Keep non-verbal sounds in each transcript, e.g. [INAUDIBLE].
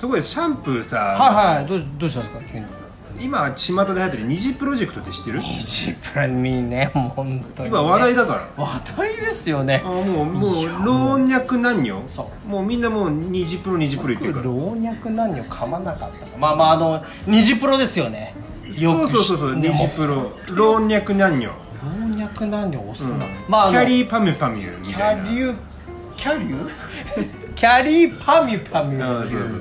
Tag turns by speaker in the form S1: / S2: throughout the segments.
S1: 僕シャンプーさ、
S2: はいはいどうどうしたんですか急に
S1: 今巷で流行ってる二次プロジェクトって知ってる
S2: ニジプラミねもう本当に、ね、
S1: 今話題だから
S2: 話題ですよね
S1: あもうも
S2: いうや
S1: 老若男女
S2: そ
S1: もうみんなもう二次プロ二次プロ言ってるから
S2: 老若男女噛まなかったかまあまああのニジプロですよねよ
S1: そう
S2: く
S1: そう
S2: 知
S1: そうそう二
S2: でも
S1: 次プロ老若男女、
S2: 老若男女押すな、
S1: ま
S2: ま
S1: あ
S2: ああ
S1: キ
S2: の
S1: ャリーパミュパミュみ
S2: キ
S1: たい
S2: ャ
S1: な
S2: リュキャリュキャリー [LAUGHS] パミュパミ
S1: あ
S2: ュ
S1: ーそうそうそう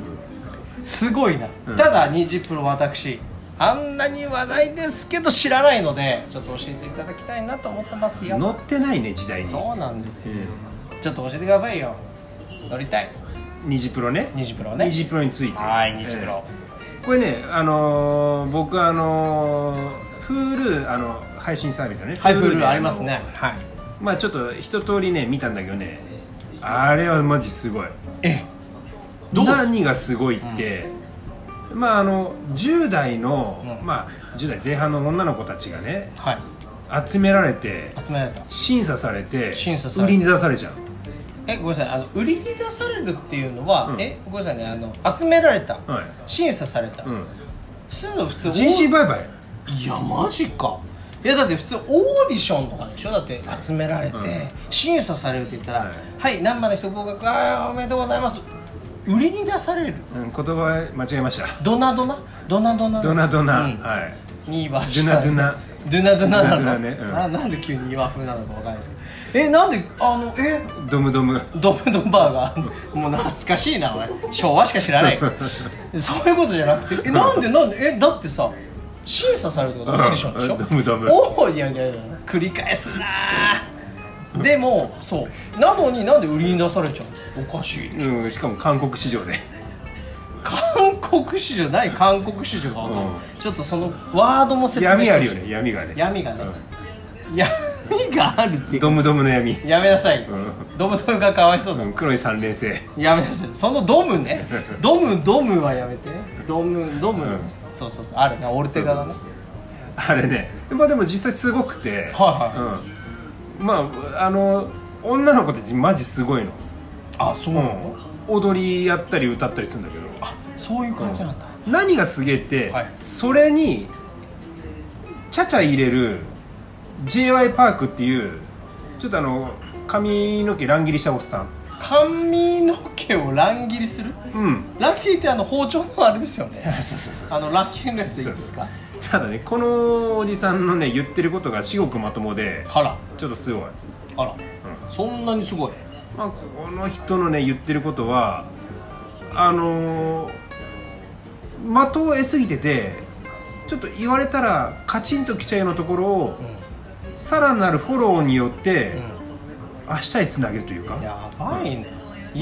S2: すごいな、
S1: うん
S2: ただニジプロ私あんなに話題ですけど知らないのでちょっと教えていただきたいなと思ってますよ
S1: 乗ってないね時代に
S2: そうなんですよ、
S1: う
S2: ちょっと教えてくださいよ乗りたい
S1: 二次プロね
S2: ニジプロね
S1: 二次プロについて
S2: はいニジプロ、
S1: えーこれねあのー僕あのー Hulu あの配信サービスよね
S2: ハイフ
S1: Hulu
S2: ル
S1: で
S2: ありますねはい
S1: まあちょっと一通りね見たんだけどねあれはマジすごい
S2: えどう
S1: 何がすごいって、まああの10代の、
S2: うん
S1: まあ10代前半の女の子たちがね
S2: はい
S1: 集められて
S2: 集められた
S1: 審査されて
S2: 審査され
S1: 売りに出されちゃう
S2: えごめんなさいあの売りに出されるっていうのは、
S1: うん
S2: えごめんなさいねあの集められた、
S1: はい
S2: 審査された、
S1: うん
S2: するの普通オー
S1: GC 売買
S2: いやマジかいやだって普通オーディションとかでしょだって集められて、
S1: うん
S2: 審査されるって言ったら
S1: はい
S2: 「はい、何番の人合格あーおめでとうございます」売りに出される
S1: うん、言葉間違えました
S2: ドナドナドナドナ
S1: ドナドナ、
S2: うん
S1: はい
S2: 2番
S1: ドゥナドゥナ
S2: ドゥナドゥナなの
S1: ドゥナドゥナねうん
S2: ななんで急に今風なのかわかんないですけどえなんであのえ
S1: ドムドム
S2: ドムドムバーガーもう懐かしいな俺昭和しか知らないそういうことじゃなくてえなんでなんでえだってさ審査されるってこと
S1: う
S2: オ
S1: ん
S2: ーディションでしょ
S1: ドムドム
S2: おおいやいやいや繰り返すなーでもそうなのになんで売りに出されちゃうのおかしいでしょ、
S1: うんしかも韓国市場
S2: [LAUGHS]
S1: で
S2: 韓国史じゃない韓国史じゃがわかんない、
S1: う
S2: ちょっとそのワードも説明
S1: 闇
S2: して
S1: あ
S2: ほ
S1: る
S2: し
S1: よ
S2: い
S1: ね闇がね
S2: 闇がね、闇があるっていう
S1: ドムドムの闇、
S2: やめなさい、
S1: うん
S2: ドムドムがかわいそうだ
S1: うん、黒い三連星
S2: やめなさいそのドムねドムドムはやめてドムドム、
S1: うん
S2: そうそうそうあるねオルテガだね
S1: あれねまあでも実際すごくて、
S2: はいは
S1: うん、まああの女の子たちマジすごいの、
S2: あそう
S1: う
S2: なの、
S1: ん、踊りやったり歌ったりするんだけど
S2: あそういう感じなんだ、
S1: 何がすげえって、
S2: はい
S1: それにちゃちゃ入れる j y パークっていうちょっとあの髪の毛乱切りしたおっさん
S2: 髪の毛を乱切りする
S1: うん
S2: 乱切りってあの包丁のあれですよね
S1: [LAUGHS] そうそうそう
S2: あの乱切りのやついいですか
S1: ただねこのおじさんのね言ってることが至極まともで
S2: あら
S1: ちょっとすごい、うん
S2: あらそんなにすごい
S1: まあ、この人のね言ってることはあのー、的を得すぎててちょっと言われたらカチンときちゃうようなところを
S2: うん、
S1: さらなるフォローによって
S2: う、
S1: 明日へつなげるというんか
S2: やばいね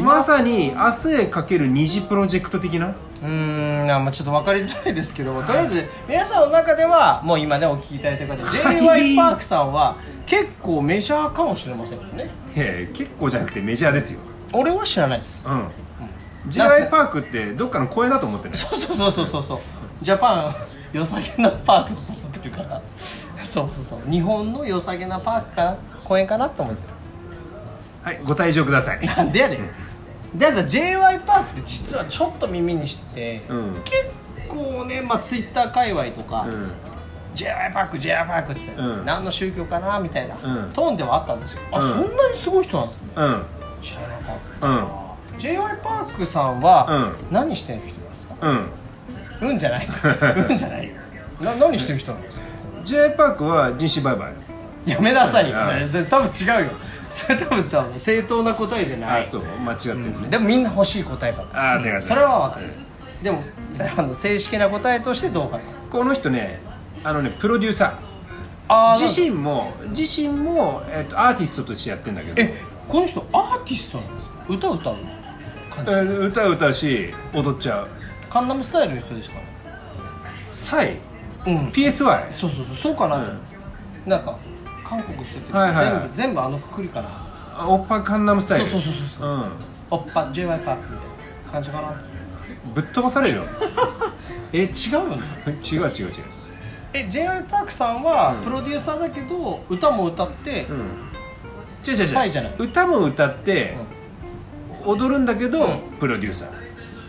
S1: まさに明日へかける二次プロジェクト的な
S2: うーんあまあちょっと分かりづらいですけどもとりあえず皆さんの中ではもう今ねお聞きいただいた方
S1: はい
S2: j y パークさんは結構メジャーかもしれませんよね
S1: ええ結構じゃなくてメジャーですよ
S2: 俺は知らないです
S1: うん j y パークってどっかの公園だと思ってね
S2: そうそうそうそうそうそうジャパン良さげなパークだと思ってるからそうそうそう日本の良さげなパークかな公園かなと思ってる
S1: はいご退場ください
S2: なんでやねんだから j y パークって実はちょっと耳にして、
S1: うん
S2: 結構ねまあツイッター界隈とか、
S1: うん、
S2: j y パーク j y パークって言って、
S1: うん
S2: 何の宗教かなみたいな、
S1: うん
S2: トーンではあったんですよあ、
S1: うん
S2: そんなにすごい人なんですね
S1: うん、
S2: 知らなかった、
S1: うん、
S2: j y パークさんは
S1: う
S2: 何してる人なんですか、
S1: うん。
S2: うん、
S1: [LAUGHS]
S2: じゃないうんじゃないよな何してる人なんですか
S1: j パークは人種売買。
S2: やめなさいよ、
S1: はい
S2: いやそれ多分違うよそれ多分多分正当な答えじゃない
S1: あ、そう、間違ってる
S2: うん
S1: ね。
S2: でもみんな欲しい答えばっか
S1: あー、ありがとうございます
S2: それは分かる、でもあの正式な答えとしてどうかな
S1: この人ね、あのね、プロデューサ
S2: あ
S1: ー。自身も、自身も、えっと、アーティストとしてやってんだけど。
S2: えこの人アーティストなんですか歌歌う感
S1: え
S2: じ
S1: ー歌う歌うし、踊っちゃう。
S2: カンナムスタイルの人ですかね
S1: サイ、
S2: うん
S1: P. S. Y.。
S2: そうそうそうそうかなと思って、なんか韓国の人って
S1: はいはい
S2: 全部全部あのくくりかな
S1: あオッパカンナムスタイル。
S2: そうそうそうそう
S1: うん。
S2: おっぱ j y パークみたいな感じかな
S1: ぶっ飛ばさ
S2: [LAUGHS]
S1: れるよ。
S2: え違うの
S1: 違う違う違う。
S2: え j y パークさんは
S1: うん
S2: プロデューサーだけど、歌も歌って、
S1: うん。違う違う違う
S2: サイじゃない
S1: 歌も歌って、踊るんだけど、
S2: うん
S1: プロデューサー。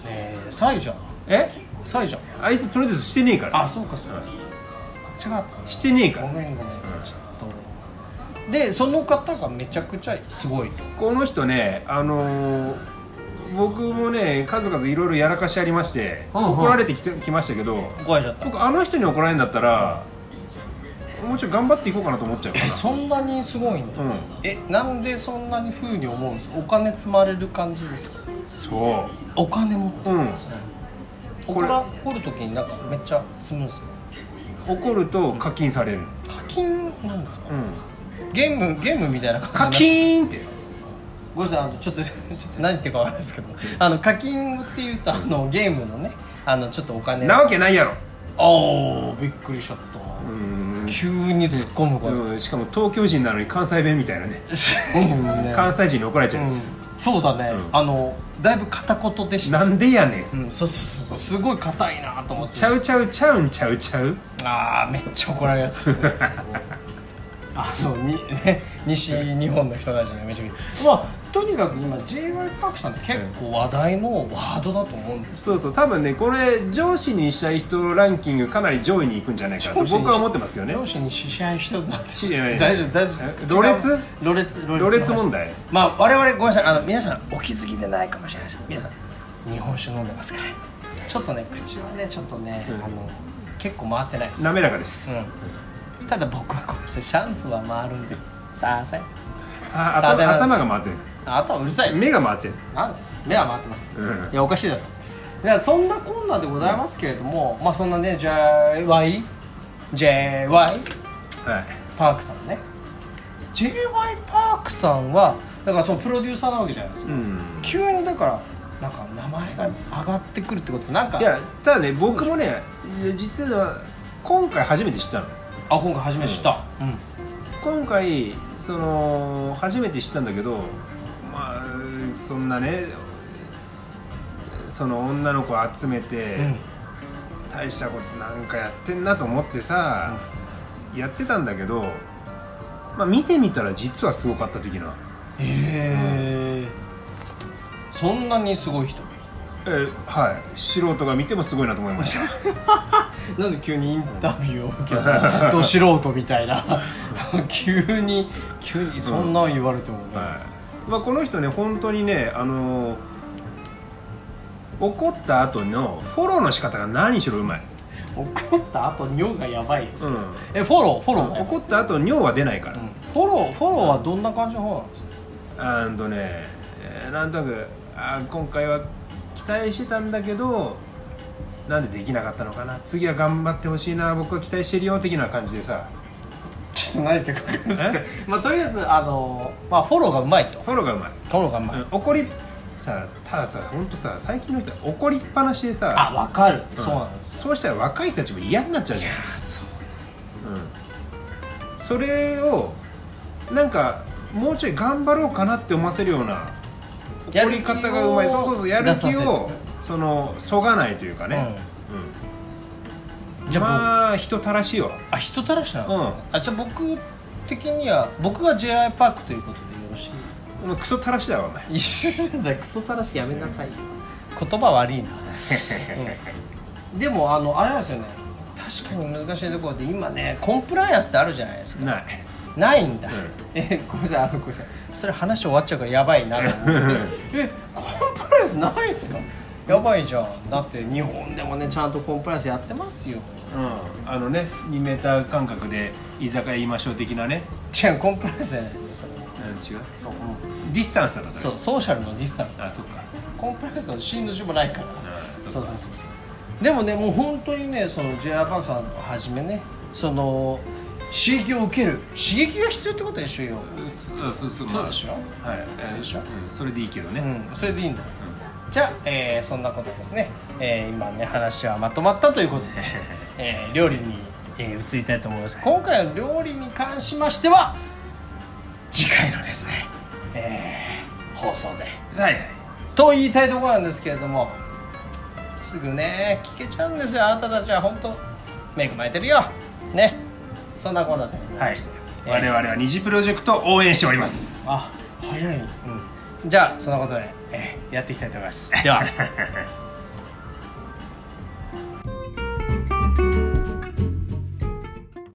S2: えーサイじゃん
S1: え
S2: サイじゃん
S1: あいつプロデュースしてねえから
S2: あそうかそうかそうか違った
S1: してねえか
S2: ご
S1: ら
S2: めんごめんちょっとでその方がめちゃくちゃすごいと
S1: この人ねあのー僕もね数々いろいろやらかしありまして、
S2: うんうん
S1: 怒られてきてきましたけど
S2: 怒られちゃった
S1: 僕あの人に怒られるんだったらもうちょい頑張っていこうかなと思っちゃうか
S2: えそんなにすごいんだ、
S1: らうん
S2: えなんでそんなに風に思うんですかお金積まれる感じですか
S1: そ
S2: お金持って
S1: ううん
S2: 怒ら怒る時になんかめっちゃ積むんですか
S1: 怒ると課金される
S2: 課金なんですか
S1: うん
S2: ゲームゲームみたいな
S1: 課
S2: 感じになっちゃう
S1: 金って
S2: ごめんなさいあのちょっと [LAUGHS] ちょっと何言ってるかわかんないですけどあの課金っていうとあのゲームのねあのちょっとお金
S1: なわけないやろ
S2: おおびっくりしちゃった、
S1: うん
S2: 急に突っ込むから、
S1: うんしかも東京人なのに関西弁みたいなね
S2: うんね
S1: 関西人に怒られちゃ
S2: う
S1: うんです、
S2: そうだね、
S1: うん
S2: あのだいぶ片言でした
S1: なんでやねん
S2: うん、そうそうそうそうすごい硬いなと思って
S1: ちゃうちゃうちゃうんちゃうちゃう
S2: ああめっちゃ怒られるやつです
S1: [LAUGHS]
S2: ねあのにね西日本の人たちにめちゃくちゃまあとにかく今 j y パークさんって結構話題のワードだと思うんです
S1: そうそう多分ねこれ上司にしたい人ランキングかなり上位に行くんじゃないかなと
S2: 上司に
S1: 僕は思ってますけどね
S2: 両親に支配人になってます
S1: いやいや
S2: 大丈夫大丈
S1: え
S2: 夫
S1: ろれつ
S2: ろれつ
S1: ろれつ問
S2: 題
S1: 題
S2: まあ我々ごめんなさいあの皆さんお気づきでないかもしれないです皆さん日本酒飲んでますからちょっとね口はねちょっとね、
S1: うん
S2: あの結構回ってないです
S1: 滑らかです、
S2: うん、ただ僕はごめんなさいシャンプーは回るんでさあせん
S1: あ
S2: さあ
S1: 頭
S2: さあ
S1: 頭が回ってる
S2: あとはうるさい
S1: 目が回ってる
S2: あ目は回ってます、
S1: うん
S2: いやおかしいだろいやそんなこんなでございますけれども、まあそんなね JYJY
S1: はい
S2: パークさんね JY パークさんはだからそのプロデューサーなわけじゃないです
S1: う
S2: か、
S1: ん
S2: 急にだからなんか名前が上がってくるってことなんか
S1: いやただね僕もねいや実は今回初めて知ったの
S2: あ今回初めて知った、うん
S1: 今回その初めて知ったんだけどまあそんなねその女の子集めて、
S2: うん
S1: 大したことなんかやってんなと思ってさ、やってたんだけど、まあ、見てみたら実はすごかった的な、
S2: へえそんなにすごい人
S1: えーはい素人が見てもすごいなと思いました
S2: なんで急にインタビューを受けたど素人みたいな [LAUGHS] 急に急にそんなん言われてもね、
S1: はいまあ、この人ね本当にねあのー怒った後のフォローの仕方が何しろうまい、
S2: 怒った後尿がやばいです
S1: う
S2: よ、
S1: ん
S2: えフォローフォローはやばい
S1: 怒った後尿は出ないから、
S2: フォローフォローはどんな感じの方なんですか
S1: あーんとね、えーなんとなくあー今回は期待してたんだけどなんでできなかったのかな次は頑張ってほしいな僕は期待してるよ的な感じでさ
S2: ちょっと慣れてくるんですけど
S1: え
S2: まあとりあえずあのまあフォローがうまいとフ
S1: フォローがうまい、
S2: ォローがうまい、
S1: うん怒りさたださ本当さ最近の人は怒りっぱなしでさ
S2: あわかる、
S1: うん
S2: そうなんですよ
S1: そうしたら若い人たちも嫌になっちゃうじゃん
S2: あそう
S1: うん、それをなんかもうちょい頑張ろうかなって思わせるような
S2: や
S1: 怒
S2: る気を
S1: り方がうまいそうそうそうやる
S2: 出させ
S1: 気
S2: て
S1: をそのそがないというかね、
S2: う
S1: うんん
S2: じゃあ、
S1: まあ人たらしいわ
S2: 僕あ人たらしな
S1: う
S2: の、
S1: ん
S2: あじゃあ僕的には僕が j i パークということでよろしい
S1: お前クソたらしだわお前
S2: 一緒だクソたらしやめなさいよ言葉悪いな、うんでもあのあれなんですよね確かに難しいところで今ねコンプライアンスってあるじゃないですか
S1: ない
S2: ないんだ、
S1: うん
S2: えごめんなさいあのごめんなさいそれ話終わっちゃうからやばいなと思うんですけどえコンプライアンスないっすかやばいじゃんだって日本でもねちゃんとコンプライアンスやってますよ
S1: うんあのね2メーター間隔で居酒屋言いましょう的なね、
S2: 違うコンプライアンスじゃないんだそれ
S1: うん、違う
S2: そう
S1: ディスタンスだと
S2: そううソーシャルのディスタンス
S1: あそっか
S2: コンプライアンスの C の字もないから、
S1: うん
S2: そう
S1: か
S2: そうそうそうでもねもう本当にねその j r パークさんはじめねその刺激を受ける刺激が必要ってことでしょよ、
S1: そうそうそう
S2: そうでしょ
S1: まあはい
S2: そうでしょ
S1: うんそれでいいけどね、
S2: うんそれでいいんだじゃあ、えーそんなことですね、えー今ね話はまとまったという [LAUGHS] ことで、えー料理に、えー移りたいと思います今回の料理に関しましては次回のですね、えー放送で
S1: はいはい
S2: と言いたいところなんですけれどもすぐね聞けちゃうんですよあなたたちは本当メイク巻いてるよねそんなこんなでご
S1: は
S2: ざい
S1: い
S2: まして、、
S1: 我々は二次プロジェクトを応援しております。
S2: あ早い、うん、じゃあそんなことで、えーやっていきたいと思いますでは
S1: [LAUGHS]